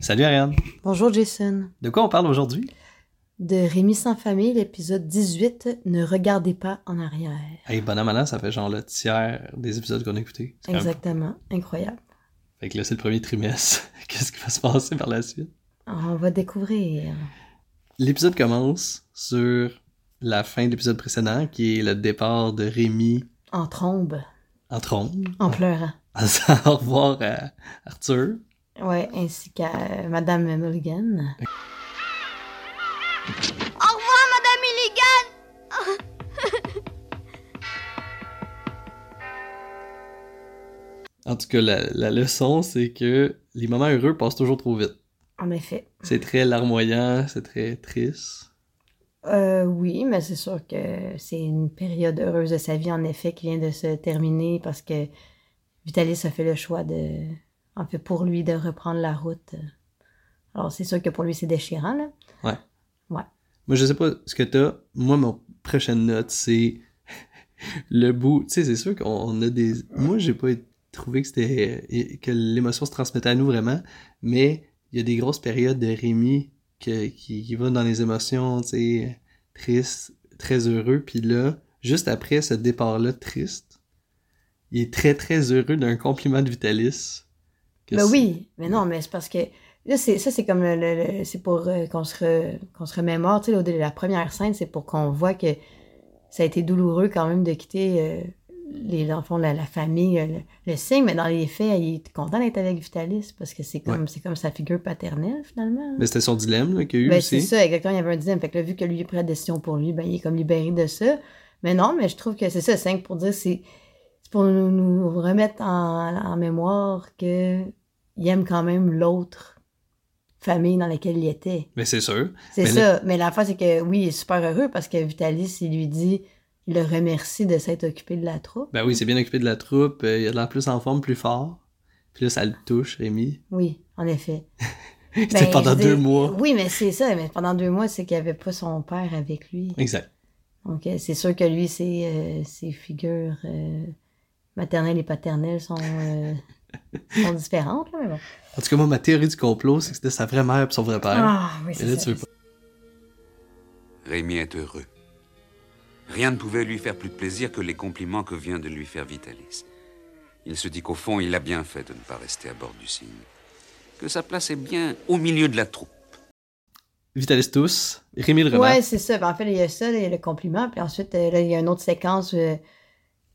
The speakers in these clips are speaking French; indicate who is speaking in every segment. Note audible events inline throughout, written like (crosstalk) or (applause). Speaker 1: Salut Ariane.
Speaker 2: Bonjour Jason.
Speaker 1: De quoi on parle aujourd'hui?
Speaker 2: De Rémi sans famille, l'épisode 18, Ne regardez pas en arrière.
Speaker 1: Hey, bonhomme à l'an, ça fait genre le tiers des épisodes qu'on a écoutés. C'est quand même-
Speaker 2: Exactement, incroyable.
Speaker 1: Fait que là, c'est le premier trimestre. (laughs) Qu'est-ce qui va se passer par la suite?
Speaker 2: On va découvrir.
Speaker 1: L'épisode commence sur la fin de l'épisode précédent, qui est le départ de Rémi
Speaker 2: En trombe,
Speaker 1: en trombe,
Speaker 2: en pleurant.
Speaker 1: en disant (laughs) au revoir à Arthur.
Speaker 2: Ouais, ainsi qu'à euh, Madame Mulligan.
Speaker 3: Au revoir, Madame Milligan
Speaker 1: En tout cas, la, la leçon, c'est que les moments heureux passent toujours trop vite.
Speaker 2: En effet.
Speaker 1: C'est très larmoyant, c'est très triste.
Speaker 2: Euh, oui, mais c'est sûr que c'est une période heureuse de sa vie, en effet, qui vient de se terminer parce que Vitalis a fait le choix de, en fait, pour lui, de reprendre la route. Alors, c'est sûr que pour lui, c'est déchirant, là.
Speaker 1: Moi, je sais pas ce que t'as. Moi, mon prochaine note, c'est (laughs) le bout. Tu sais, c'est sûr qu'on on a des. Moi, j'ai pas trouvé que c'était et que l'émotion se transmettait à nous vraiment, mais il y a des grosses périodes de Rémi que- qui, qui va dans les émotions, tu sais, triste, très heureux. Puis là, juste après ce départ-là triste, il est très très heureux d'un compliment de Vitalis. Que
Speaker 2: Ben
Speaker 1: c'est-
Speaker 2: oui, mais non, mais c'est parce que là, c'est, ça, c'est comme le, le- le- c'est pour euh, qu'on, se re- qu'on se remémore. Tu sais, au dé- la première scène, c'est pour qu'on voit que ça a été douloureux quand même de quitter euh, les enfants, la, la famille, euh, le, le signe, mais dans les faits, il est content d'être avec Vitalis parce que c'est comme, c'est comme sa figure paternelle finalement. hein.
Speaker 1: Mais c'était son dilemme là, qu'il y a eu
Speaker 2: Ben, c'est
Speaker 1: aussi.
Speaker 2: ça, exactement. Il y avait un dilemme. Fait que là, vu que lui il a pris la décision pour lui, ben, il est comme libéré de ça. Mais non, mais je trouve que c'est ça, 5 pour dire, c'est c'est pour nous, nous remettre en, en mémoire que il aime quand même l'autre famille dans laquelle il était.
Speaker 1: Mais Ben, c'est sûr.
Speaker 2: C'est
Speaker 1: Mais
Speaker 2: ça. Mais la fin, c'est que oui, il est super heureux parce que Vitalis, il lui dit, il le remercie de s'être occupé de la troupe.
Speaker 1: Ben oui, c'est bien occupé de la troupe, euh, il a l'air plus en forme, plus fort. Puis là, ça le touche, Rémi. (laughs)
Speaker 2: Oui, en effet.
Speaker 1: C'était pendant
Speaker 2: Ben, je veux
Speaker 1: deux
Speaker 2: dire,
Speaker 1: mois.
Speaker 2: Oui, mais c'est ça. Mais pendant deux mois, c'est qu'il avait pas son père avec lui.
Speaker 1: Exact.
Speaker 2: Donc, euh, c'est sûr que lui, ses, euh, ses figures euh, maternelles et paternelles sont, euh, sont différentes. Là, mais bon.
Speaker 1: En tout cas, moi, ma théorie du complot, c'est que c'était sa vraie mère et son vrai père.
Speaker 2: Ah, oui,
Speaker 1: et
Speaker 2: c'est
Speaker 1: là,
Speaker 2: ça.
Speaker 1: tu veux pas.
Speaker 4: Rémi est heureux. Rien ne pouvait lui faire plus de plaisir que les compliments que vient de lui faire Vitalis. Il se dit qu'au fond, il a bien fait de ne pas rester à bord du cygne. Que sa place est bien au milieu de la troupe.
Speaker 1: Vitalis tous, Rémi le remarque.
Speaker 2: Ouais, c'est ça. Ben, en fait, il y a ça, il y a le compliment. Puis ensuite, euh, là, il y a une autre séquence. euh,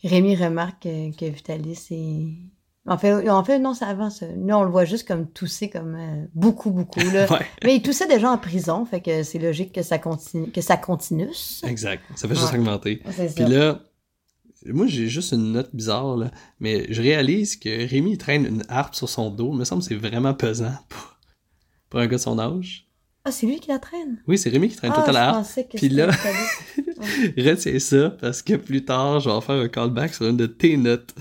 Speaker 2: Rémi remarque euh, que Vitalis est. En fait, euh, en fait, non, c'est avant ça. Nous, on le voit juste comme tousser, comme euh, beaucoup, beaucoup. Là.
Speaker 1: (laughs) Ouais,
Speaker 2: Mais il toussait déjà en prison, fait que c'est logique que ça continue. Que ça continue.
Speaker 1: exact. Ça fait juste
Speaker 2: Ouais.
Speaker 1: augmenter.
Speaker 2: C'est ça.
Speaker 1: Puis là, moi, j'ai juste une note bizarre, là. Mais je réalise que Rémi, il traîne une harpe sur son dos. Il me semble que c'est vraiment pesant pour, pour un gars de son âge.
Speaker 2: Ah, c'est lui qui la traîne.
Speaker 1: Oui, c'est Rémi qui traîne tout
Speaker 2: Ah,
Speaker 1: à
Speaker 2: je
Speaker 1: la harpe.
Speaker 2: pensais que
Speaker 1: Puis là-
Speaker 2: c'était
Speaker 1: (laughs)
Speaker 2: Vitalis.
Speaker 1: Retiens ça parce que plus tard, je vais en faire un callback sur une de tes notes.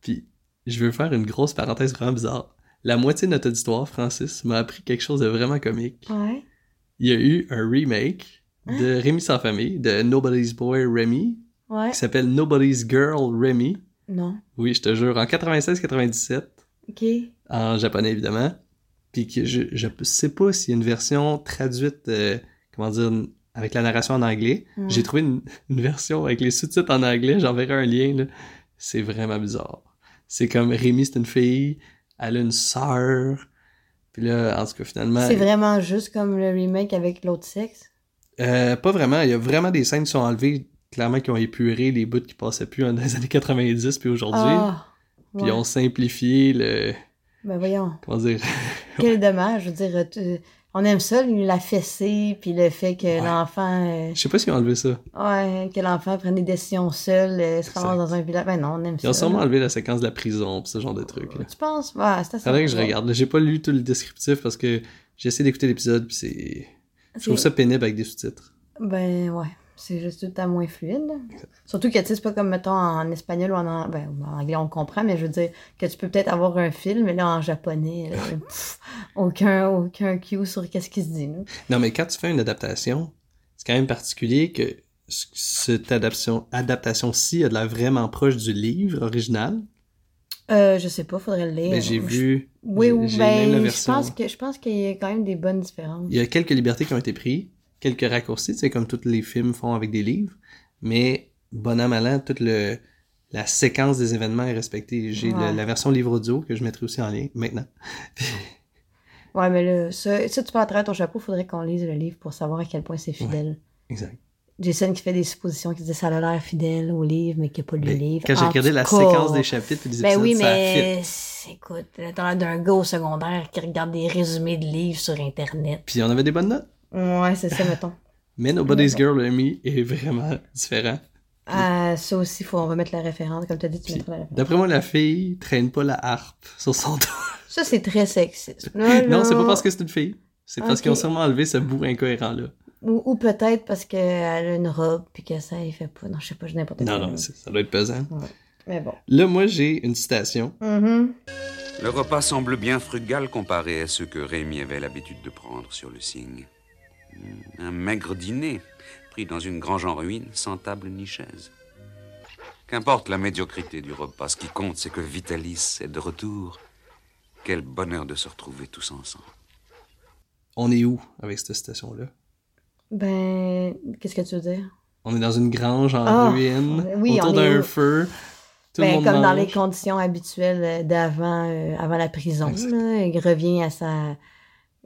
Speaker 1: Puis, je veux faire une grosse parenthèse vraiment bizarre. La moitié de notre auditoire, Francis, m'a appris quelque chose de vraiment comique.
Speaker 2: Ouais.
Speaker 1: Il y a eu un remake de Rémi sans famille, de Nobody's Boy Rémi,
Speaker 2: Ouais.
Speaker 1: qui s'appelle Nobody's Girl Rémi.
Speaker 2: Non.
Speaker 1: Oui, je te jure, en 96-97,
Speaker 2: OK.
Speaker 1: en japonais évidemment. Puis que je, je sais pas s'il y a une version traduite, euh, comment dire, avec la narration en anglais.
Speaker 2: Ouais.
Speaker 1: J'ai trouvé une, une version avec les sous-titres en anglais, j'enverrai un lien, là. C'est vraiment bizarre. C'est comme Rémi, c'est une fille, elle a une sœur. Puis là, en tout cas, finalement.
Speaker 2: C'est vraiment juste comme le remake avec l'autre sexe.
Speaker 1: Euh, pas vraiment. Il y a vraiment des scènes qui sont enlevées, clairement, qui ont épuré les bouts qui passaient plus hein, dans les années 90 puis aujourd'hui.
Speaker 2: Ah!
Speaker 1: Puis
Speaker 2: Ouais.
Speaker 1: on simplifié le. (laughs)
Speaker 2: Ben voyons.
Speaker 1: Comment dire
Speaker 2: Quel dommage. Je veux dire, tu- on aime ça, la fessée, puis le fait que
Speaker 1: Ouais.
Speaker 2: l'enfant... euh,
Speaker 1: Je sais pas s'ils ont enlevé ça.
Speaker 2: Ouais, que l'enfant prenne des décisions seul, euh, se
Speaker 1: Exact.
Speaker 2: ramasse dans un village. Ben non, on aime
Speaker 1: Ils
Speaker 2: ça.
Speaker 1: ont sûrement
Speaker 2: là.
Speaker 1: enlevé la séquence de la prison, pis ce genre de trucs, là.
Speaker 2: Tu penses? Ah, Ouais, c'est assez-
Speaker 1: C'est vrai que je regarde. là. J'ai pas lu tout le descriptif parce que j'ai essayé d'écouter l'épisode, puis c'est.
Speaker 2: C'est-
Speaker 1: Je trouve ça pénible avec des sous-titres.
Speaker 2: Ben ouais. C'est juste tout à moins fluide. là. Surtout que, tu sais, c'est pas comme, mettons, en espagnol ou en, an- ben, en anglais, on comprend, mais je veux dire que tu peux peut-être avoir un film, mais là, en japonais, là, pff, aucun, aucun cue sur qu'est-ce qui se dit. là.
Speaker 1: Non, mais quand tu fais une adaptation, c'est quand même particulier que c- cette adaptation- adaptation-ci a de l'air vraiment proche du livre original.
Speaker 2: Euh, je sais pas, faudrait le lire.
Speaker 1: Ben, j'ai
Speaker 2: Je-
Speaker 1: vu.
Speaker 2: Oui,
Speaker 1: j'ai-
Speaker 2: oui,
Speaker 1: j'ai
Speaker 2: ben,
Speaker 1: même la
Speaker 2: je
Speaker 1: version.
Speaker 2: pense que je pense qu'il y a quand même des bonnes différences.
Speaker 1: Il y a quelques libertés qui ont été prises, quelques raccourcis, c'est comme tous les films font avec des livres, mais bon an, mal an, toute le, la séquence des événements est respectée. J'ai le-
Speaker 2: Ouais.
Speaker 1: la version livre audio que je mettrai aussi en lien maintenant.
Speaker 2: Ouais, mais là, ça, ça, tu peux à travers ton chapeau, faudrait qu'on lise le livre pour savoir à quel point c'est fidèle.
Speaker 1: Exact.
Speaker 2: Jason qui fait des suppositions, qui dit ça a l'air fidèle au livre, mais qui n'a pas lu le
Speaker 1: Ben,
Speaker 2: livre.
Speaker 1: quand j'ai
Speaker 2: En
Speaker 1: regardé
Speaker 2: tout
Speaker 1: la
Speaker 2: cas,
Speaker 1: séquence des chapitres et des épisodes,
Speaker 2: Ben oui,
Speaker 1: ça fit.
Speaker 2: mais c'est- écoute, t'as l'air d'un gars au secondaire qui regarde des résumés de livres sur Internet.
Speaker 1: Puis on avait des bonnes notes.
Speaker 2: Ouais, c'est (laughs) ça, mettons.
Speaker 1: Mais Nobody's Girl Amy est vraiment différent.
Speaker 2: Euh, ça aussi, faut, on va mettre la référence. Comme tu as dit, tu
Speaker 1: Puis,
Speaker 2: mettras la référence.
Speaker 1: D'après moi, la fille traîne pas la harpe sur son
Speaker 2: (laughs)
Speaker 1: dos.
Speaker 2: Ça, c'est très sexiste. (laughs)
Speaker 1: Non, c'est pas parce que c'est une fille. C'est parce
Speaker 2: Ok.
Speaker 1: qu'ils ont sûrement enlevé ce bout incohérent-là.
Speaker 2: Ou, ou peut-être parce qu'elle a une robe puis que ça, il fait pas. Non, je sais pas, je n'importe quoi.
Speaker 1: Non, non, c'est- ça doit être pesant.
Speaker 2: Mais bon.
Speaker 1: Là, moi, j'ai une citation.
Speaker 2: Mhm.
Speaker 4: Le repas semble bien frugal comparé à ce que Rémi avait l'habitude de prendre sur le cygne. Hmm, Un maigre dîner, pris dans une grange en ruine, sans table ni chaise. Qu'importe la médiocrité du repas, ce qui compte, c'est que Vitalis est de retour. Quel bonheur de se retrouver tous ensemble.
Speaker 1: On est où avec cette citation-là?
Speaker 2: Ben, qu'est-ce que tu veux dire?
Speaker 1: On est dans une grange en
Speaker 2: Ah,
Speaker 1: ruine,
Speaker 2: on- oui,
Speaker 1: autour
Speaker 2: on est
Speaker 1: d'un
Speaker 2: où?
Speaker 1: feu. Tout le
Speaker 2: Ben,
Speaker 1: monde
Speaker 2: comme dans
Speaker 1: mange.
Speaker 2: les conditions habituelles euh, d'avant euh, avant la prison.
Speaker 1: Exact.
Speaker 2: là. il revient à sa,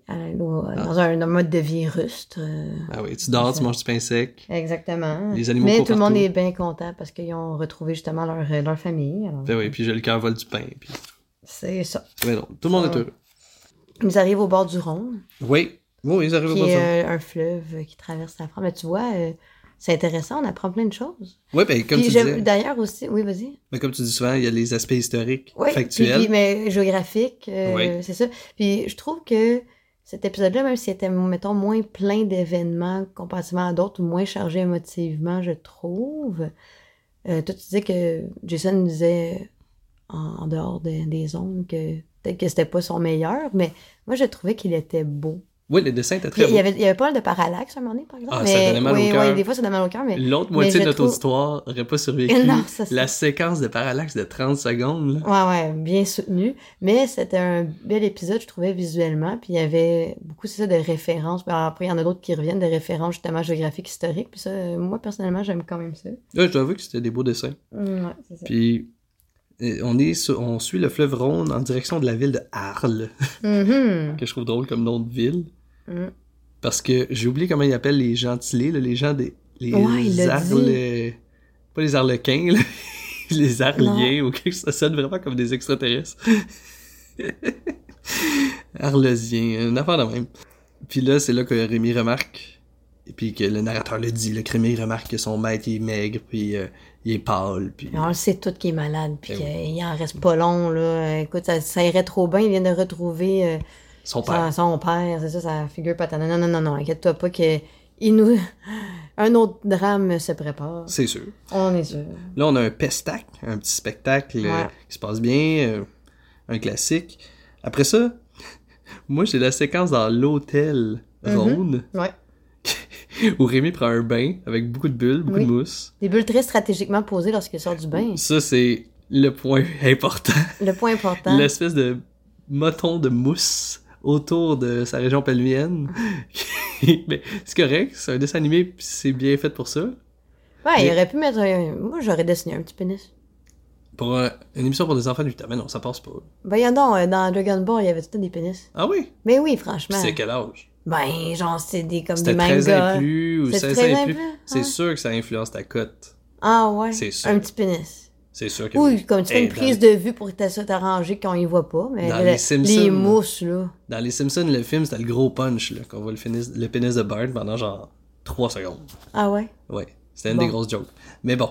Speaker 2: à- au- dans un, un mode de vie rustre. euh,
Speaker 1: Ah oui, tu dors, tu manges du pain sec.
Speaker 2: exactement.
Speaker 1: Les animaux
Speaker 2: Mais
Speaker 1: courent
Speaker 2: tout le monde
Speaker 1: partout.
Speaker 2: est bien content parce qu'ils ont retrouvé justement leur, euh, leur famille. alors,
Speaker 1: Ben oui, puis j'ai le cœur vole du pain. Puis...
Speaker 2: C'est ça.
Speaker 1: Ben non, tout le monde est heureux.
Speaker 2: Ils arrivent au bord du Rhône,
Speaker 1: Oui, oui, ils arrivent
Speaker 2: qui
Speaker 1: au bord du
Speaker 2: est euh, un fleuve euh, qui traverse la France. Mais tu vois, euh, c'est intéressant, on apprend plein de choses.
Speaker 1: Oui, ben comme,
Speaker 2: Puis
Speaker 1: tu
Speaker 2: j'aime-
Speaker 1: disais,
Speaker 2: d'ailleurs aussi, oui, vas-y.
Speaker 1: ben, comme tu dis souvent, il y a les aspects historiques,
Speaker 2: Oui,
Speaker 1: factuels.
Speaker 2: Puis, puis, mais géographique, euh,
Speaker 1: Oui.
Speaker 2: c'est ça. Puis je trouve que cet épisode-là, même s'il était, mettons, moins plein d'événements comparativement à d'autres, ou moins chargé émotivement, je trouve. Euh, toi, tu disais que Jason nous disait euh, en, en dehors de- des ondes que peut-être que c'était pas son meilleur, mais moi, je trouvais qu'il était beau.
Speaker 1: Oui, le dessin était
Speaker 2: Puis,
Speaker 1: très
Speaker 2: il, y
Speaker 1: beau.
Speaker 2: avait, il y avait pas mal de parallaxe à un moment donné, par exemple.
Speaker 1: Ah, ça
Speaker 2: mais,
Speaker 1: donnait mal au
Speaker 2: oui,
Speaker 1: cœur.
Speaker 2: oui, des fois, ça donne mal au cœur, mais
Speaker 1: L'autre moitié
Speaker 2: je
Speaker 1: de notre
Speaker 2: trouve-
Speaker 1: auditoire n'aurait pas survécu.
Speaker 2: (laughs) Non, ça, c'est-
Speaker 1: La séquence de parallaxe de 30 secondes, là.
Speaker 2: Ouais, ouais, bien soutenu. Mais c'était un bel épisode, je trouvais, visuellement. Puis il y avait beaucoup, c'est ça, de références. Puis après, il y en a d'autres qui reviennent, de références, justement, géographiques, historiques. Puis ça, euh, moi, personnellement, j'aime quand même ça.
Speaker 1: Là, je dois avouer que c'était des beaux dessins.
Speaker 2: Mm, ouais, c'est ça.
Speaker 1: Puis, euh, on, est sur- on suit le fleuve Rhône en direction de la ville de Arles,
Speaker 2: Mhm.
Speaker 1: que je trouve drôle comme nom de ville.
Speaker 2: Mm.
Speaker 1: Parce que j'ai oublié comment ils appellent les gentilés, là, les gens des. Les
Speaker 2: Ouais, il l'a
Speaker 1: Arles- Pas les Arlequins, là. (laughs) les Arliens, ou quelque chose. Ça sonne vraiment comme des extraterrestres. (laughs) Arlesiens, une affaire de même. Puis là, c'est là que Rémi remarque, et puis que le narrateur le dit, le Rémi remarque que son maître il est maigre, puis euh, il est pâle, puis.
Speaker 2: Mais on le sait tout qu'il est malade, puis
Speaker 1: Eh
Speaker 2: qu'il en reste pas long, là. Écoute, ça, ça irait trop bien. Il vient de retrouver euh,
Speaker 1: Son père.
Speaker 2: son, son père, c'est ça, sa figure paternelle. Non, non, non, non, inquiète-toi pas que il nous... (laughs) un autre drame se prépare.
Speaker 1: C'est sûr.
Speaker 2: On est sûr.
Speaker 1: Là, on a un pestac, un petit spectacle euh,
Speaker 2: Ouais.
Speaker 1: qui se passe bien, euh, un classique. Après ça, (laughs) moi, j'ai la séquence dans l'hôtel
Speaker 2: Mhm.
Speaker 1: Rhône
Speaker 2: Ouais.
Speaker 1: où Rémi prend un bain avec beaucoup de bulles, beaucoup
Speaker 2: Oui.
Speaker 1: de mousse.
Speaker 2: Des bulles très stratégiquement posées lorsqu'il sort du bain.
Speaker 1: Ça, c'est le point (laughs) important.
Speaker 2: Le point important.
Speaker 1: L'espèce de moton de mousse autour de sa région pelvienne. (laughs) Mais c'est correct, c'est un dessin animé, puis c'est bien fait pour ça.
Speaker 2: Ouais,
Speaker 1: Mais-
Speaker 2: il aurait pu mettre un... Moi, j'aurais dessiné un petit pénis.
Speaker 1: Pour euh, une émission pour des enfants de 8 ans, mais non, ça passe pas.
Speaker 2: Ben, y en a, euh, dans Dragon Ball, il y avait tout le temps des pénis.
Speaker 1: Ah oui?
Speaker 2: Mais oui,
Speaker 1: Puis
Speaker 2: franchement.
Speaker 1: c'est quel âge?
Speaker 2: Ben, genre, c'est des comme des
Speaker 1: C'était 13 ans
Speaker 2: mangas.
Speaker 1: et plus ou
Speaker 2: C'est
Speaker 1: 16 ans
Speaker 2: hein? 13 ans
Speaker 1: et
Speaker 2: et
Speaker 1: plus.
Speaker 2: plus,
Speaker 1: C'est
Speaker 2: ouais.
Speaker 1: sûr que ça influence ta cote.
Speaker 2: Ah ouais.
Speaker 1: C'est sûr.
Speaker 2: Un petit pénis.
Speaker 1: C'est sûr que.
Speaker 2: Ou
Speaker 1: oui.
Speaker 2: comme tu fais
Speaker 1: Hey,
Speaker 2: une prise de vue pour t'as- t'arranger quand il voit pas. Mais
Speaker 1: Dans
Speaker 2: le-
Speaker 1: les Simpsons.
Speaker 2: les mousses, là.
Speaker 1: Dans Les Simpsons, le film, c'était le gros punch, là, qu'on voit le, finis- le pénis de Bart pendant genre 3 secondes.
Speaker 2: Ah ouais.
Speaker 1: Ouais. C'était une
Speaker 2: Bon.
Speaker 1: des grosses jokes. Mais bon.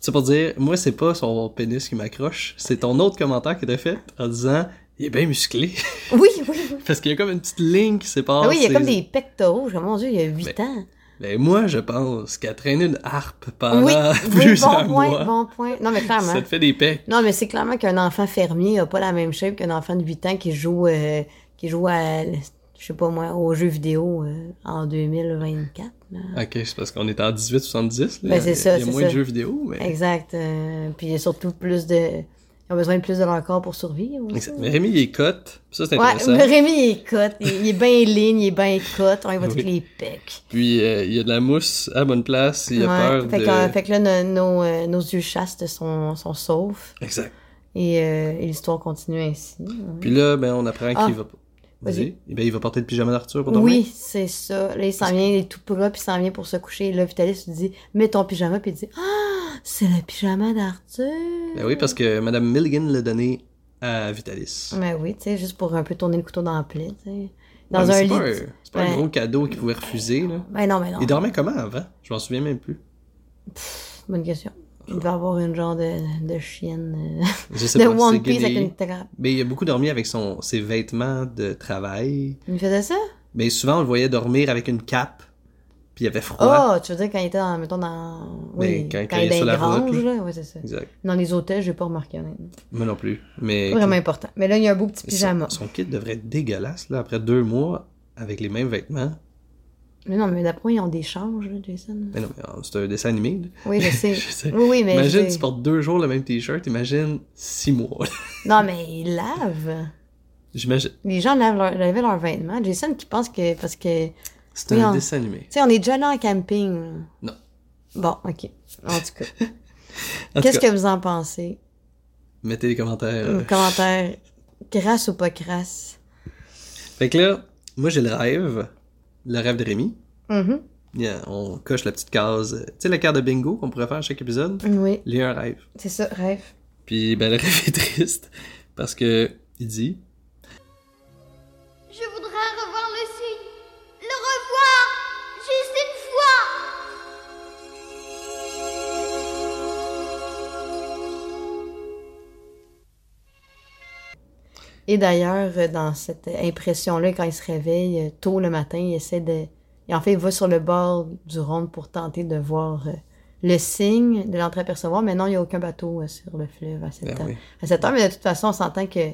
Speaker 1: C'est pour dire, moi, c'est pas son pénis qui m'accroche, c'est ton autre commentaire qui t'a fait en disant, il est bien musclé. (laughs)
Speaker 2: Oui, oui, oui.
Speaker 1: Parce qu'il y a comme une petite ligne qui sépare.
Speaker 2: Ah oui, il y a
Speaker 1: ses-
Speaker 2: comme des pectoraux. J'ai- Mon Dieu, il y a 8 ans.
Speaker 1: Ben, moi, je pense qu'à traîner une harpe pendant
Speaker 2: Oui,
Speaker 1: (laughs)
Speaker 2: oui,
Speaker 1: plusieurs
Speaker 2: bon point, hein.
Speaker 1: mois,
Speaker 2: bon point. Non, mais clairement.
Speaker 1: ça te fait des pecs.
Speaker 2: Non, mais c'est clairement qu'un enfant fermier n'a pas la même shape qu'un enfant de 8 ans qui joue, euh, qui joue à, je sais pas moi, aux jeux vidéo euh, en 2024. là.
Speaker 1: Ok, c'est parce qu'on est en 1870. Là.
Speaker 2: Ben, c'est ça,
Speaker 1: Il y a
Speaker 2: c'est
Speaker 1: moins
Speaker 2: ça.
Speaker 1: de jeux vidéo, mais
Speaker 2: Exact. euh, puis il y a surtout plus de, Ils ont besoin de plus de leur corps pour survivre. aussi.
Speaker 1: Exact. Mais Rémi, il est cote. Ça, c'est
Speaker 2: Ouais,
Speaker 1: intéressant.
Speaker 2: mais Rémi, il est cut. Il, il est bien ligne, il est bien cut. On y voit
Speaker 1: Oui.
Speaker 2: tous les pecs.
Speaker 1: Puis, euh, il y a de la mousse à bonne place. Il
Speaker 2: Ouais,
Speaker 1: a peur
Speaker 2: fait,
Speaker 1: de...
Speaker 2: que, euh, fait que là, no- nos, euh, nos yeux chastes sont, sont saufs.
Speaker 1: Exact.
Speaker 2: Et, euh, et l'histoire continue ainsi.
Speaker 1: Puis là, ben, on apprend
Speaker 2: Ah.
Speaker 1: qu'il va... Vas-y.
Speaker 2: Vas-y.
Speaker 1: Eh Ben, il va porter le pyjama d'Arthur pour dormir.
Speaker 2: Oui, c'est ça. Là, il s'en vient, il est tout plat, puis il s'en vient pour se coucher. Et là, Vitalis lui dit Mets ton pyjama, puis il dit Ah, c'est le pyjama d'Arthur.
Speaker 1: Ben oui, parce que Madame Milligan l'a donné à Vitalis.
Speaker 2: Ben oui, tu sais, juste pour un peu tourner le couteau dans la plaie, tu sais.
Speaker 1: Ouais,
Speaker 2: Dans
Speaker 1: Ah, mais
Speaker 2: un
Speaker 1: c'est
Speaker 2: lit.
Speaker 1: pas C'est pas un
Speaker 2: Ouais.
Speaker 1: gros cadeau qu'il pouvait refuser, là.
Speaker 2: Ben non, ben non.
Speaker 1: Il dormait comment avant? Je m'en souviens même plus.
Speaker 2: Bonne question. Il devait avoir une genre de, de chienne. euh,
Speaker 1: Je sais
Speaker 2: (laughs) De
Speaker 1: pas si
Speaker 2: One
Speaker 1: c'est
Speaker 2: Piece avec
Speaker 1: Guinée.
Speaker 2: une trappe.
Speaker 1: Mais il a beaucoup dormi avec son, ses vêtements de travail.
Speaker 2: Il faisait ça?
Speaker 1: Mais souvent, on le voyait dormir avec une cape. Puis il avait froid.
Speaker 2: Oh, tu veux dire quand il était dans, mettons, dans. Oui,
Speaker 1: Ben, quand il était
Speaker 2: il était
Speaker 1: sur
Speaker 2: dans
Speaker 1: la
Speaker 2: les
Speaker 1: route,
Speaker 2: granges, là. Ouais, c'est ça.
Speaker 1: Exact.
Speaker 2: Dans les hôtels, j'ai pas remarqué, honnêtement.
Speaker 1: Moi non plus. Mais
Speaker 2: Pas vraiment important. Mais là, il y a un beau petit pyjama.
Speaker 1: son, son kit devrait être dégueulasse, là, après deux mois, avec les mêmes vêtements.
Speaker 2: Mais non, mais d'après, ils ont des changes, là, Jason.
Speaker 1: Mais non, mais euh, c'est un dessin animé. là.
Speaker 2: Oui, je
Speaker 1: (laughs)
Speaker 2: sais.
Speaker 1: Je sais.
Speaker 2: Oui, oui, mais. je
Speaker 1: imagine,
Speaker 2: sais.
Speaker 1: tu portes deux jours le même t-shirt, imagine six mois.
Speaker 2: Non, mais ils lavent.
Speaker 1: (laughs) J'imagine.
Speaker 2: Les gens lavent leur, lavaient leurs vêtements. Jason qui pense que. Parce que. Tu
Speaker 1: C'est
Speaker 2: Oui,
Speaker 1: un
Speaker 2: on-
Speaker 1: dessin animé.
Speaker 2: sais, on est déjà là en camping. là.
Speaker 1: Non.
Speaker 2: Bon, OK. En tout cas.
Speaker 1: (laughs) En tout cas,
Speaker 2: Qu'est-ce Oh,
Speaker 1: Euh,
Speaker 2: que vous en pensez?
Speaker 1: Mettez les commentaires.
Speaker 2: Un Commentaire. Crasse ou pas crasse?
Speaker 1: Fait que là, moi j'ai le rêve, le rêve de Rémi.
Speaker 2: Mhm.
Speaker 1: Bien, on coche la petite case, euh, tu sais la carte de bingo qu'on pourrait faire à chaque épisode.
Speaker 2: Oui,
Speaker 1: Il y a un rêve.
Speaker 2: c'est ça, rêve.
Speaker 1: Puis ben le (laughs) rêve est triste parce que il dit
Speaker 3: Je voudrais revoir le signe. Le revoir Juste une fois
Speaker 2: Et d'ailleurs, euh, dans cette euh, impression-là, quand il se réveille euh, tôt le matin, il essaie de. il- En fait, il va sur le bord du rond pour tenter de voir euh, le signe, de l'entreapercevoir, mais non, il n'y a aucun bateau euh, sur le fleuve à cette
Speaker 1: ben
Speaker 2: heure.
Speaker 1: oui.
Speaker 2: À cette heure, mais de toute façon, on s'entend que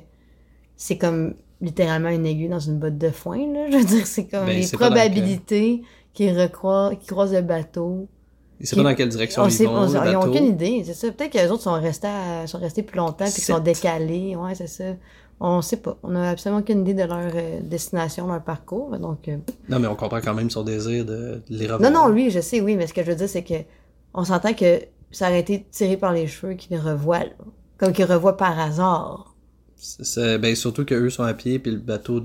Speaker 2: c'est comme littéralement une aiguille dans une botte de foin, là. (laughs) Je veux dire, c'est comme
Speaker 1: Ben,
Speaker 2: les
Speaker 1: c'est pas dans lequel.
Speaker 2: probabilités qu'ils recroisent, qu'ils croisent le bateau.
Speaker 1: Il sait pas dans quelle direction
Speaker 2: On
Speaker 1: ils
Speaker 2: sait-
Speaker 1: vont,
Speaker 2: on-
Speaker 1: le
Speaker 2: ils n'ont
Speaker 1: bateau.
Speaker 2: aucune idée, c'est ça. Peut-être que les autres sont restés, à- sont restés plus longtemps puis qu'ils sont
Speaker 1: Sept.
Speaker 2: décalés. Ouais, c'est ça. On sait pas. On n'a absolument aucune idée de leur euh, destination, leur parcours. Donc, euh,
Speaker 1: Non mais on comprend quand même son désir de, de les revoir.
Speaker 2: non, non, lui, je sais, oui, mais ce que je veux dire, c'est que on s'entend que ça aurait été tiré par les cheveux qu'il les revoit, là. comme qu'il revoit par hasard.
Speaker 1: C'est- c'est- ben surtout que eux sont à pied puis le bateau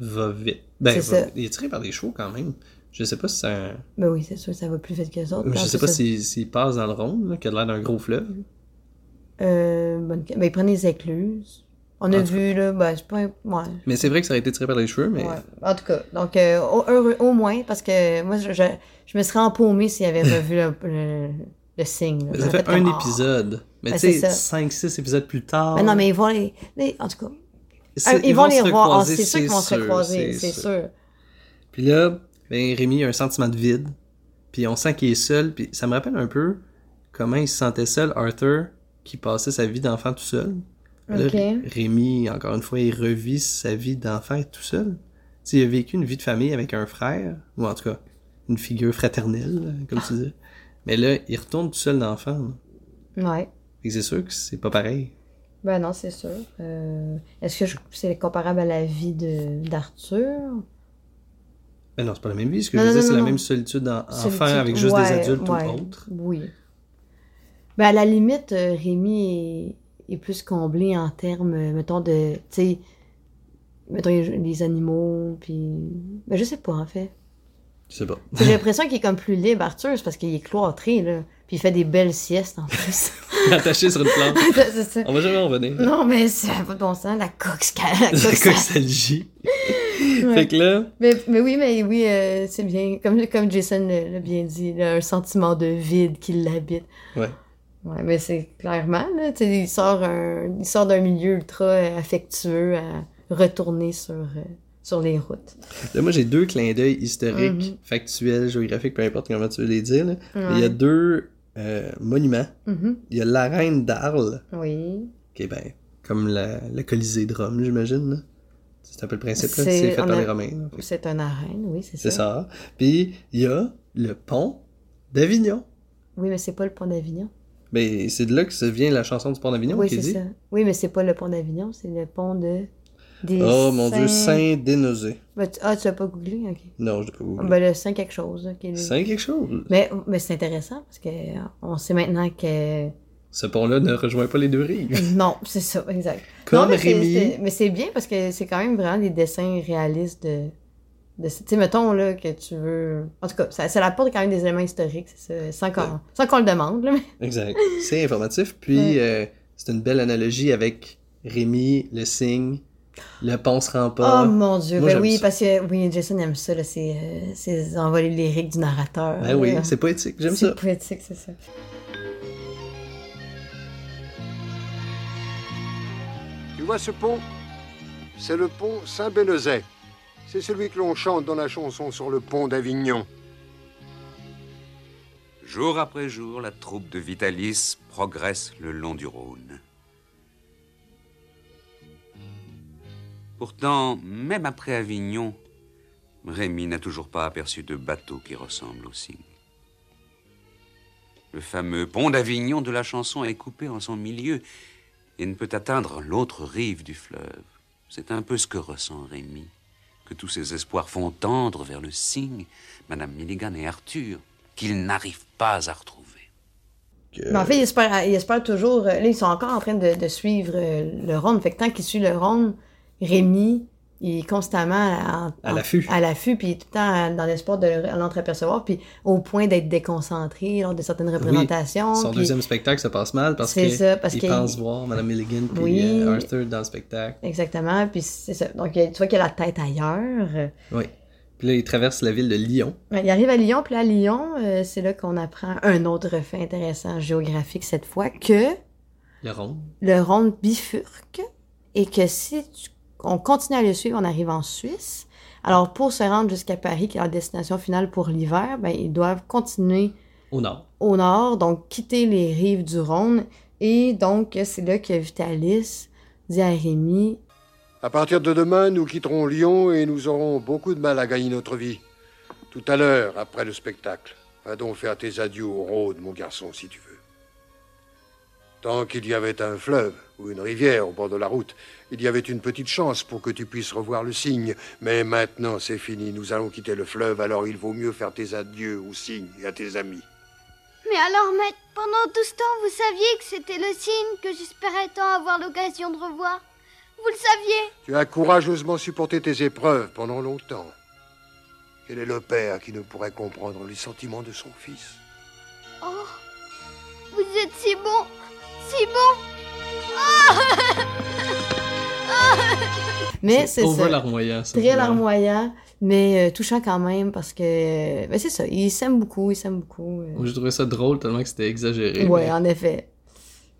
Speaker 1: va vite. Ben
Speaker 2: C'est
Speaker 1: va-
Speaker 2: ça.
Speaker 1: il est tiré par des chevaux quand même. Je sais pas si c'est un-
Speaker 2: Ben oui, c'est sûr, ça va plus vite que les autres.
Speaker 1: Euh, Je
Speaker 2: Parce
Speaker 1: sais
Speaker 2: que
Speaker 1: pas
Speaker 2: ça-
Speaker 1: s'il s'il passe dans le rond, là, qui a l'air d'un gros fleuve.
Speaker 2: Euh, bonne- Ben, ils prennent les écluses. On
Speaker 1: En
Speaker 2: a
Speaker 1: tout
Speaker 2: vu, là, ben, c'est pas... Ouais.
Speaker 1: Mais c'est vrai que ça aurait été tiré par les cheveux, mais
Speaker 2: Ouais. En tout cas, donc euh, au, heureux- au moins, parce que moi, je, je, je me serais empaumée
Speaker 1: (laughs)
Speaker 2: s'il avait revu le, le, le signe. là.
Speaker 1: Mais ça
Speaker 2: J'aurais
Speaker 1: fait
Speaker 2: fait
Speaker 1: un
Speaker 2: comme, Ah.
Speaker 1: épisode. Mais
Speaker 2: Ben,
Speaker 1: tu sais,
Speaker 2: c'est ça.
Speaker 1: 5-6 épisodes plus tard.
Speaker 2: Mais Ben non, mais ils vont les. les- en tout cas,
Speaker 1: c'est-
Speaker 2: ils, vont, les
Speaker 1: se
Speaker 2: revoir. Ah,
Speaker 1: recroiser,
Speaker 2: C'est sûr qu'ils vont se
Speaker 1: sûr,
Speaker 2: recroiser, c'est sûr.
Speaker 1: Puis là, ben, Rémi a un sentiment de vide. Puis on sent qu'il est seul. Puis ça me rappelle un peu comment il se sentait seul, Arthur, qui passait sa vie d'enfant tout seul. Là,
Speaker 2: Ok.
Speaker 1: Rémi, encore une fois, il revit sa vie d'enfant tout seul. Tu sais, il a vécu une vie de famille avec un frère, ou en tout cas, une figure fraternelle, comme tu dis. Mais là, il retourne tout seul d'enfant. là.
Speaker 2: Ouais.
Speaker 1: Fait que c'est sûr que c'est pas pareil.
Speaker 2: Ben non, c'est sûr. Euh, Est-ce que je- c'est comparable à la vie de- d'Arthur?
Speaker 1: Ben non, c'est pas la même vie. Ce que
Speaker 2: Non,
Speaker 1: je
Speaker 2: non,
Speaker 1: disais, c'est
Speaker 2: non,
Speaker 1: la
Speaker 2: non.
Speaker 1: même solitude en-
Speaker 2: Solitude,
Speaker 1: enfant avec juste des
Speaker 2: ouais,
Speaker 1: adultes
Speaker 2: ouais,
Speaker 1: ou autres.
Speaker 2: Oui. Ben, à la limite, euh, Rémi est, est plus comblé en termes, euh, mettons, de. Tu sais, mettons, les- les animaux, puis. Ben, je sais pas, en (laughs) fait.
Speaker 1: Je sais pas.
Speaker 2: J'ai l'impression qu'il est comme plus libre, Arthur, c'est parce qu'il est cloîtré, là. Puis il fait des belles siestes, en plus.
Speaker 1: (laughs) Attaché sur une plante.
Speaker 2: (laughs)
Speaker 1: (laughs)
Speaker 2: c'est ça.
Speaker 1: On va jamais en revenir.
Speaker 2: Non, mais ça n'a pas de bon sens, la coque, (laughs) la
Speaker 1: C'est
Speaker 2: coque,
Speaker 1: quoi que ça le gît? Fait que là,
Speaker 2: Mais, mais oui, mais oui, euh, c'est bien. Comme, comme Jason le- l'a bien dit, là, un sentiment de vide qui l'habite.
Speaker 1: Ouais.
Speaker 2: Ouais, mais c'est clairement, là, tu sais, il sort, un, il sort d'un milieu ultra euh, affectueux à retourner sur, euh, sur les routes.
Speaker 1: là, moi j'ai deux clins d'œil historiques,
Speaker 2: Mhm.
Speaker 1: factuels, géographiques, peu importe comment tu veux les dire. là. Mais
Speaker 2: Ouais.
Speaker 1: Il y a deux euh, monuments.
Speaker 2: Mhm.
Speaker 1: Il y a la reine d'Arles,
Speaker 2: Oui.
Speaker 1: qui est ben, comme la, le Colisée de Rome, j'imagine. là. C'est un peu le principe, là.
Speaker 2: C'est-
Speaker 1: c'est fait
Speaker 2: on
Speaker 1: par
Speaker 2: a-
Speaker 1: les Romains. là. Fait que
Speaker 2: C'est un arène, oui, c'est ça.
Speaker 1: C'est ça. Puis il y a le pont d'Avignon.
Speaker 2: Oui, mais c'est pas le pont d'Avignon.
Speaker 1: Mais c'est de là que ça vient la chanson du pont d'Avignon
Speaker 2: oui,
Speaker 1: qui
Speaker 2: c'est
Speaker 1: dit.
Speaker 2: ça. Oui, mais c'est pas le pont d'Avignon, c'est le pont de. Des
Speaker 1: Oh mon dieu,
Speaker 2: Saint-
Speaker 1: Saint-Dénosé.
Speaker 2: Ben, tu- Ah, tu l'as pas googlé, ok.
Speaker 1: Non, je ne pas
Speaker 2: Ah,
Speaker 1: oublié.
Speaker 2: Ben, le Saint quelque chose. là, qui est le-
Speaker 1: Saint quelque chose.
Speaker 2: Mais, mais c'est intéressant parce que euh, on sait maintenant que. (clears throat)
Speaker 1: Ce pont-là ne rejoint pas les deux rives.
Speaker 2: Non, c'est ça, exact.
Speaker 1: Comme
Speaker 2: Non, mais c'est-
Speaker 1: Rémi.
Speaker 2: c'est- Mais c'est bien parce que c'est quand même vraiment des dessins réalistes de. de tu sais, mettons là, que tu veux. En tout cas, ça, ça apporte quand même des éléments historiques, c'est ça, sans qu'on
Speaker 1: Euh,
Speaker 2: sans qu'on le demande. Là, mais...
Speaker 1: Exact. C'est informatif. Puis euh, c'est une belle analogie avec Rémi, le signe, le pont se rend pas.
Speaker 2: Oh mon dieu,
Speaker 1: Moi,
Speaker 2: ben
Speaker 1: j'aime
Speaker 2: oui,
Speaker 1: ça.
Speaker 2: parce que oui, Jason aime ça, là, ces, euh, ces envolées lyriques du narrateur.
Speaker 1: ben oui,
Speaker 2: là.
Speaker 1: c'est poétique, j'aime
Speaker 2: C'est
Speaker 1: ça.
Speaker 2: poétique, c'est ça.
Speaker 5: Tu vois ce pont C'est le pont Saint-Bénezet. C'est celui que l'on chante dans la chanson sur le pont d'Avignon.
Speaker 4: Jour après jour, la troupe de Vitalis progresse le long du Rhône. Pourtant, même après Avignon, Rémy n'a toujours pas aperçu de bateau qui ressemble au cygne. Le fameux pont d'Avignon de la chanson est coupé en son milieu et ne peut atteindre l'autre rive du fleuve. C'est un peu ce que ressent Rémy, que tous ses espoirs font tendre vers le cygne, Madame Milligan et Arthur, qu'il n'arrive pas à retrouver.
Speaker 1: Que-
Speaker 2: Mais Ben, en fait, ils espèrent, ils espèrent toujours. euh, Là, ils sont encore en train de, de suivre euh, le Rhône. Fait que tant qu'ils suivent le Rhône, Rémi, il est constamment à,
Speaker 1: À l'affût.
Speaker 2: À l'affût, puis tout le temps euh, dans l'espoir de le- l'entreapercevoir, puis au point d'être déconcentré lors de certaines représentations.
Speaker 1: Son
Speaker 2: puis-
Speaker 1: deuxième spectacle se passe mal parce
Speaker 2: C'est
Speaker 1: qu'il
Speaker 2: ça, parce qu'il-
Speaker 1: pense voir Madame Milligan puis
Speaker 2: Oui.
Speaker 1: euh, Arthur dans le spectacle.
Speaker 2: Exactement, puis c'est ça. Donc, il y a- tu vois qu'il a la tête ailleurs.
Speaker 1: Oui. Puis là, il traverse la ville de Lyon.
Speaker 2: Ouais, Il arrive à Lyon, puis là, à Lyon, euh, c'est là qu'on apprend un autre fait intéressant géographique cette fois, que
Speaker 1: Le rond.
Speaker 2: le rond bifurque et que si tu- on continue à le suivre, on arrive en Suisse. Alors, pour se rendre jusqu'à Paris, qui est leur destination finale pour l'hiver, ben, ils doivent continuer
Speaker 1: Au nord.
Speaker 2: au nord, donc quitter les rives du Rhône. Et donc, c'est là que Vitalis dit à Rémi
Speaker 5: À partir de demain, nous quitterons Lyon et nous aurons beaucoup de mal à gagner notre vie. Tout à l'heure, après le spectacle, va donc faire tes adieux au Rhône, mon garçon, si tu veux. Tant qu'il y avait un fleuve ou une rivière au bord de la route, il y avait une petite chance pour que tu puisses revoir le cygne. Mais maintenant, c'est fini, nous allons quitter le fleuve, alors il vaut mieux faire tes adieux au cygne et à tes amis.
Speaker 3: Mais alors, maître, pendant tout ce temps, vous saviez que c'était le signe que j'espérais tant avoir l'occasion de revoir. Vous le saviez
Speaker 5: Tu as courageusement supporté tes épreuves pendant longtemps. Quel est le père qui ne pourrait comprendre les sentiments de son fils
Speaker 3: Oh, vous êtes si bon, si bon
Speaker 2: Mais c'est
Speaker 1: over
Speaker 2: ça.
Speaker 1: larmoyant, ça.
Speaker 2: Très
Speaker 1: vraiment.
Speaker 2: larmoyant, mais euh, touchant quand même parce que. Ben, c'est ça, ils s'aiment beaucoup, ils s'aiment beaucoup. euh.
Speaker 1: Moi, j'ai trouvé ça drôle tellement que c'était exagéré.
Speaker 2: Ouais,
Speaker 1: mais
Speaker 2: en effet.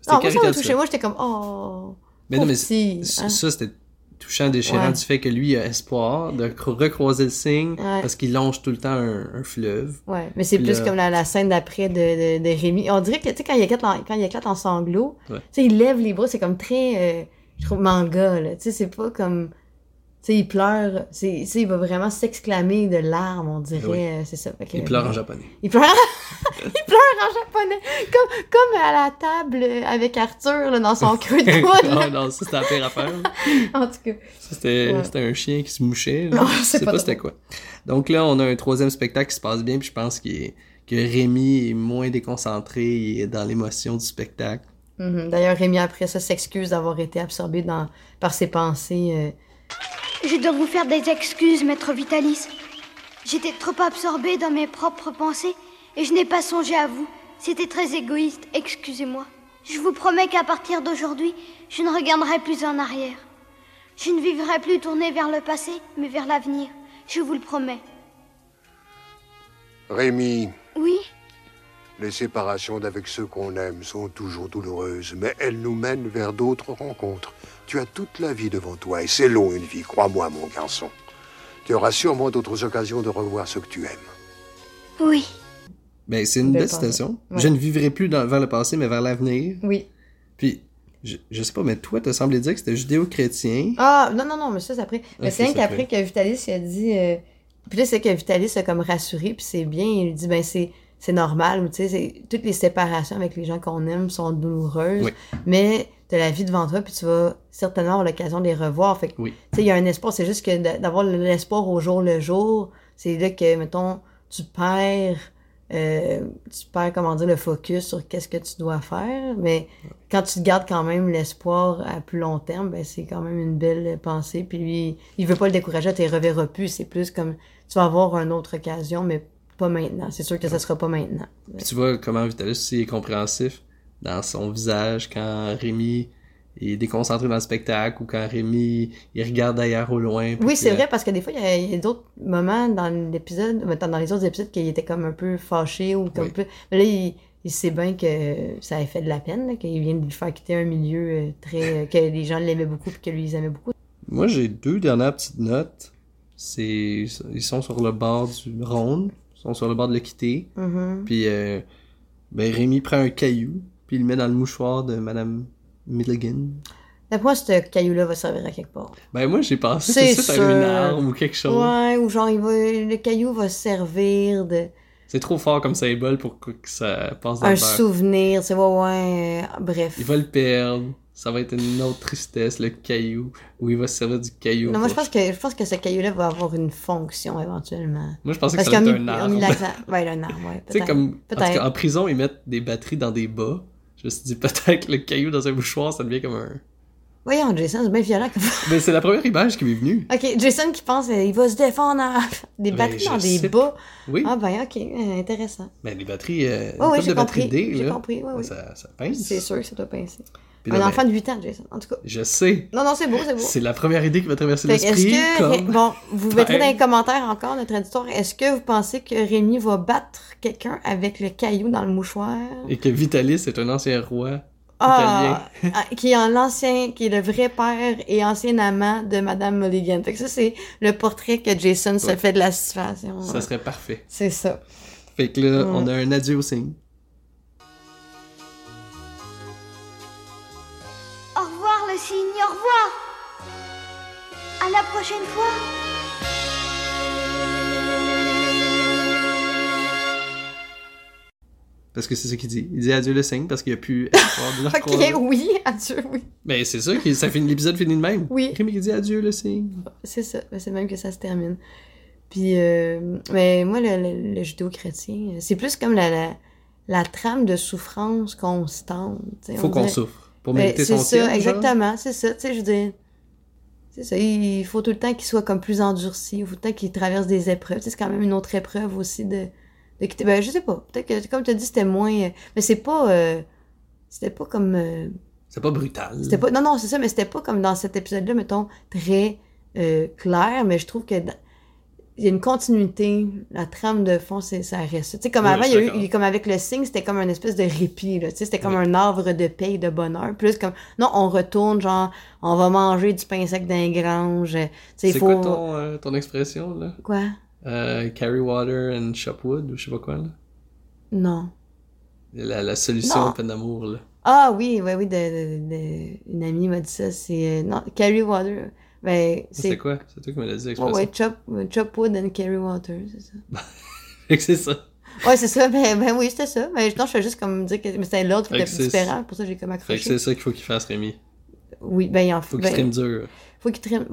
Speaker 1: c'était
Speaker 2: Non, moi, ça m'a
Speaker 1: caricatural.
Speaker 2: touché. Moi, j'étais comme, oh.
Speaker 1: Mais non, mais
Speaker 2: pauvre petit,
Speaker 1: c-
Speaker 2: hein.
Speaker 1: ça, c'était touchant, déchirant
Speaker 2: Ouais.
Speaker 1: du fait que lui a espoir de cro- recroiser le signe
Speaker 2: Ouais.
Speaker 1: parce qu'il longe tout le temps un, un fleuve.
Speaker 2: Ouais, mais c'est
Speaker 1: Puis euh,
Speaker 2: plus
Speaker 1: là-
Speaker 2: comme la, la scène d'après de, de, de Rémi. On dirait que, tu sais, quand il éclate en, quand il éclate en sanglots,
Speaker 1: Ouais.
Speaker 2: tu sais, il lève les bras, c'est comme très, euh, je trouve, manga, là. Tu sais, c'est pas comme, tu sais, il pleure, c'est, tu sais, il va vraiment s'exclamer de larmes, on dirait,
Speaker 1: Oui.
Speaker 2: euh, c'est ça. Fait que-
Speaker 1: Il pleure en
Speaker 2: (laughs)
Speaker 1: japonais.
Speaker 2: Il pleure, il pleure en japonais, comme, comme à la table euh, avec Arthur, là,
Speaker 1: (laughs)
Speaker 2: dans son creux de coude, là.
Speaker 1: non, non, ça, c'était la pire affaire.
Speaker 2: en tout cas.
Speaker 1: Ça, C'était
Speaker 2: Ouais.
Speaker 1: c'était un chien qui se mouchait. là.
Speaker 2: Non,
Speaker 1: je sais
Speaker 2: c'est
Speaker 1: pas,
Speaker 2: pas
Speaker 1: c'était quoi. Donc là, on a un troisième spectacle qui se passe bien, puis je pense qu'il est- que Rémi est moins déconcentré, il est dans l'émotion du spectacle.
Speaker 2: Mhm. D'ailleurs, Rémi, après ça, s'excuse d'avoir été absorbé dans, par ses pensées, euh,
Speaker 3: Je dois vous faire des excuses, maître Vitalis. J'étais trop absorbée dans mes propres pensées et je n'ai pas songé à vous. C'était très égoïste, excusez-moi. Je vous promets qu'à partir d'aujourd'hui, je ne regarderai plus en arrière. Je ne vivrai plus tournée vers le passé, mais vers l'avenir. Je vous le promets.
Speaker 5: Rémi,
Speaker 3: Oui
Speaker 5: les séparations d'avec ceux qu'on aime sont toujours douloureuses, mais elles nous mènent vers d'autres rencontres. Tu as toute la vie devant toi et c'est long une vie, crois-moi mon garçon. Tu auras sûrement d'autres occasions de revoir ceux que tu aimes.
Speaker 3: Oui.
Speaker 1: Ben, c'est une
Speaker 2: Belle
Speaker 1: belle
Speaker 2: pensée.
Speaker 1: citation.
Speaker 2: Ouais.
Speaker 1: Je ne vivrai plus dans- vers le passé, mais vers l'avenir.
Speaker 2: oui.
Speaker 1: Puis, je, je sais pas, mais toi, t'as semblé dire que c'était judéo-chrétien.
Speaker 2: Ah, non, non, non, mais ça, c'est après. Mais
Speaker 1: Ok,
Speaker 2: c'est rien
Speaker 1: c'est
Speaker 2: qu'après que Vitalis il a dit. euh, Puis là, c'est que Vitalis a comme rassuré, puis c'est bien. Il lui dit, ben, c'est c'est normal. ou Tu sais, c'est- toutes les séparations avec les gens qu'on aime sont douloureuses.
Speaker 1: Oui.
Speaker 2: Mais tu as la vie devant toi, puis tu vas certainement avoir l'occasion de les revoir. Fait que,
Speaker 1: Oui.
Speaker 2: tu sais, il y a un espoir. C'est juste que d'a- d'avoir l'espoir au jour le jour, c'est là que, mettons, tu perds, euh, tu perds, comment dire, le focus sur qu'est-ce que tu dois faire. Mais quand tu te gardes quand même l'espoir à plus long terme, ben, c'est quand même une belle pensée. Puis lui, il veut pas le décourager, tu ne reverras plus. C'est plus comme, tu vas avoir une autre occasion, mais pas maintenant. C'est sûr que ça sera pas maintenant.
Speaker 1: Puis tu vois comment Vitalis aussi est compréhensif dans son visage quand Rémi est déconcentré dans le spectacle ou quand Rémi il regarde ailleurs au loin. puis
Speaker 2: Oui,
Speaker 1: que-
Speaker 2: c'est vrai, parce que des fois, il y a, il y a d'autres moments dans l'épisode, mettons, dans les autres épisodes, qu'il était comme un peu fâché ou comme
Speaker 1: Oui.
Speaker 2: plus. Mais là, il, il sait bien que ça a fait de la peine, là, qu'il vient de lui faire quitter un milieu euh, très. euh, que les gens l'aimaient beaucoup puis que lui, ils aimaient beaucoup.
Speaker 1: Moi, j'ai deux dernières petites notes. C'est ils sont sur le bord du Rhône, ils sont sur le bord de l'équité.
Speaker 2: Mhm.
Speaker 1: Puis euh, ben Rémi prend un caillou, puis il le met dans le mouchoir de madame Milligan.
Speaker 2: D'après moi, ce caillou-là va servir à quelque part.
Speaker 1: Ben moi, j'ai pensé
Speaker 2: C'est
Speaker 1: tout de suite à une
Speaker 2: sûr.
Speaker 1: arme ou quelque chose.
Speaker 2: Ouais, ou genre, il va, le caillou va servir de.
Speaker 1: C'est trop fort comme symbole pour que ça passe dans
Speaker 2: un
Speaker 1: le beurre.
Speaker 2: souvenir, c'est ouais, ouais, euh, bref.
Speaker 1: Il va le perdre. Ça va être une autre tristesse, le caillou. Ou il va se servir du caillou.
Speaker 2: Non, moi, je
Speaker 1: pour-
Speaker 2: pense que, je pense que ce caillou-là va avoir une fonction éventuellement.
Speaker 1: Moi, je pensais que
Speaker 2: Parce
Speaker 1: ça
Speaker 2: qu'on
Speaker 1: allait
Speaker 2: mis,
Speaker 1: être un (laughs)
Speaker 2: on mis
Speaker 1: arbre.
Speaker 2: l'accent. Ouais, là, un arbre, ouais.
Speaker 1: Tu sais,
Speaker 2: peut-être.
Speaker 1: comme. En, tout
Speaker 2: Peut-être.
Speaker 1: cas, en prison, ils mettent des batteries dans des bas. Je me suis dit, (laughs) peut-être que le caillou dans un mouchoir, ça devient comme un.
Speaker 2: Voyons, Jason, c'est bien violent. comme-
Speaker 1: Mais c'est la première image qui m'est venue.
Speaker 2: (laughs) ok, Jason qui pense euh, il va se défendre en... des
Speaker 1: Ben,
Speaker 2: batteries
Speaker 1: je
Speaker 2: dans des
Speaker 1: sais
Speaker 2: bas.
Speaker 1: Oui.
Speaker 2: Ah, ben, ok, euh, intéressant.
Speaker 1: Mais les batteries. Euh, une
Speaker 2: Ouais, ouais,
Speaker 1: couple de
Speaker 2: j'ai
Speaker 1: batteries
Speaker 2: compris.
Speaker 1: D,
Speaker 2: J'ai
Speaker 1: là.
Speaker 2: compris, ouais, ouais.
Speaker 1: Ça, ça pince.
Speaker 2: C'est sûr que ça doit pincer.
Speaker 1: Puis là,
Speaker 2: un
Speaker 1: ben,
Speaker 2: enfant de 8 ans, Jason. En tout cas.
Speaker 1: Je sais.
Speaker 2: Non, non, c'est beau, c'est beau.
Speaker 1: C'est la première idée qui m'a traversé
Speaker 2: Fait que Est-ce
Speaker 1: l'esprit.
Speaker 2: que.
Speaker 1: Comme...
Speaker 2: Bon, vous mettrez dans
Speaker 1: Ben.
Speaker 2: les commentaires encore notre éditeur. Est-ce que vous pensez que Rémi va battre quelqu'un avec le caillou dans le mouchoir
Speaker 1: Et que Vitalis est un ancien roi.
Speaker 2: Ah, ah, qui est en- l'ancien, qui est le vrai père et ancien amant de Madame Mulligan. Fait que ça, c'est le portrait que Jason se
Speaker 1: Ouais.
Speaker 2: fait de la situation.
Speaker 1: Ça serait parfait.
Speaker 2: C'est ça.
Speaker 1: Fait que là,
Speaker 2: Ouais.
Speaker 1: on a un adieu au signe.
Speaker 3: Au revoir le signe, au revoir. À la prochaine fois.
Speaker 1: Parce que c'est ça qu'il dit. Il dit adieu le signe parce qu'il n'y a
Speaker 2: (laughs)
Speaker 1: plus espoir de leur
Speaker 2: Ok,
Speaker 1: croiser.
Speaker 2: oui, (laughs) adieu, oui.
Speaker 1: Mais c'est ça, que ça finit, l'épisode finit de même.
Speaker 2: Oui.
Speaker 1: Rémi qui dit adieu le signe.
Speaker 2: C'est ça. Ben, C'est même que ça se termine. Puis, euh, mais moi, le, le- le judéo-chrétien, c'est plus comme la, la, la trame de souffrance constante. tu sais.
Speaker 1: Faut
Speaker 2: On
Speaker 1: qu'on
Speaker 2: dirait-
Speaker 1: souffre pour
Speaker 2: Ben,
Speaker 1: mériter
Speaker 2: c'est
Speaker 1: son
Speaker 2: ça,
Speaker 1: ciel, genre.
Speaker 2: exactement, c'est ça. Tu sais, je veux dire, c'est ça. Il faut tout le temps qu'il soit comme plus endurci, il faut tout le temps qu'il traverse des épreuves. Tu sais, c'est quand même une autre épreuve aussi de, de quitter. Ben, je sais pas. Peut-être que, comme tu as dit, c'était moins. euh, Mais c'est pas. euh, C'était pas comme. euh,
Speaker 1: C'est pas brutal.
Speaker 2: c'était pas. Non, non, c'est ça, mais c'était pas comme dans cet épisode-là, mettons, très euh, clair, mais je trouve que. dans- Il y a une continuité, la trame de fond, c'est, ça reste. Tu sais, comme
Speaker 1: Ouais,
Speaker 2: avant,
Speaker 1: je
Speaker 2: il
Speaker 1: suis
Speaker 2: y a eu,
Speaker 1: d'accord.
Speaker 2: il- comme avec le signe, c'était comme une espèce de répit, là. Tu sais, c'était comme un havre de paix et de bonheur. Plus comme, non, on retourne, genre, on va manger du pain sec d'un grange. Tu sais,
Speaker 1: C'est
Speaker 2: il faut.
Speaker 1: quoi ton, euh, ton expression, là?
Speaker 2: Quoi?
Speaker 1: Euh, carry water and shopwood, ou je sais pas quoi, là?
Speaker 2: Non.
Speaker 1: La, la solution
Speaker 2: Non.
Speaker 1: au peine d'amour, là.
Speaker 2: Ah oui, oui, oui, de, de- de- une amie m'a dit ça, c'est. euh, non, carry water. Ben,
Speaker 1: Ça,
Speaker 2: c'est.
Speaker 1: C'est quoi? C'est toi qui me l'as dit,
Speaker 2: Ouais,
Speaker 1: l'expression.
Speaker 2: ouais, chop, chop wood and carry water, c'est ça.
Speaker 1: (laughs) Fait que c'est ça.
Speaker 2: Ouais, c'est ça. Ben, ben oui, c'était ça. Mais non, je fais juste comme dire que mais c'était l'autre qui
Speaker 1: Fait
Speaker 2: était
Speaker 1: que c'est-
Speaker 2: différent. Pour ça, j'ai comme
Speaker 1: Fait que
Speaker 2: accroché.
Speaker 1: c'est ça qu'il faut qu'il fasse, Rémi.
Speaker 2: Oui, ben, il en
Speaker 1: Faut
Speaker 2: faut
Speaker 1: qu'il
Speaker 2: ben,
Speaker 1: trime dur.
Speaker 2: Faut qu'il trime.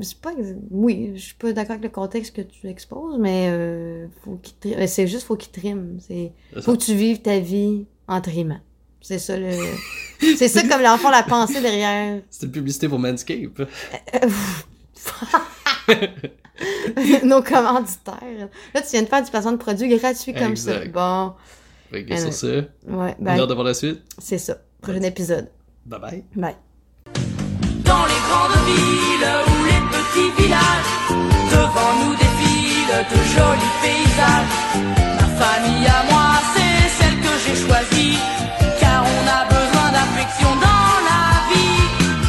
Speaker 2: C'est pas. ex- Oui, je suis pas d'accord avec le contexte que tu exposes, mais euh, faut qu'il trime. mais C'est juste, faut qu'il trime. C'est...
Speaker 1: C'est
Speaker 2: Faut que tu vives ta vie en trimant. C'est ça le. c'est ça comme l'enfant la pensée derrière. (laughs)
Speaker 1: C'était une publicité pour Manscape.
Speaker 2: Nos commanditaires. Là, tu viens de faire du placement de produits gratuit comme
Speaker 1: Exact.
Speaker 2: ça.
Speaker 1: Fait que
Speaker 2: Ah,
Speaker 1: sur
Speaker 2: ouais.
Speaker 1: ça,
Speaker 2: Bon, ouais,
Speaker 1: on a
Speaker 2: ben,
Speaker 1: hâte de voir la suite.
Speaker 2: c'est ça. Prochain épisode.
Speaker 1: Bye bye.
Speaker 2: Bye.
Speaker 6: dans les grandes villes ou les petits villages. Devant nous défilent de jolis paysages. Ma famille à moi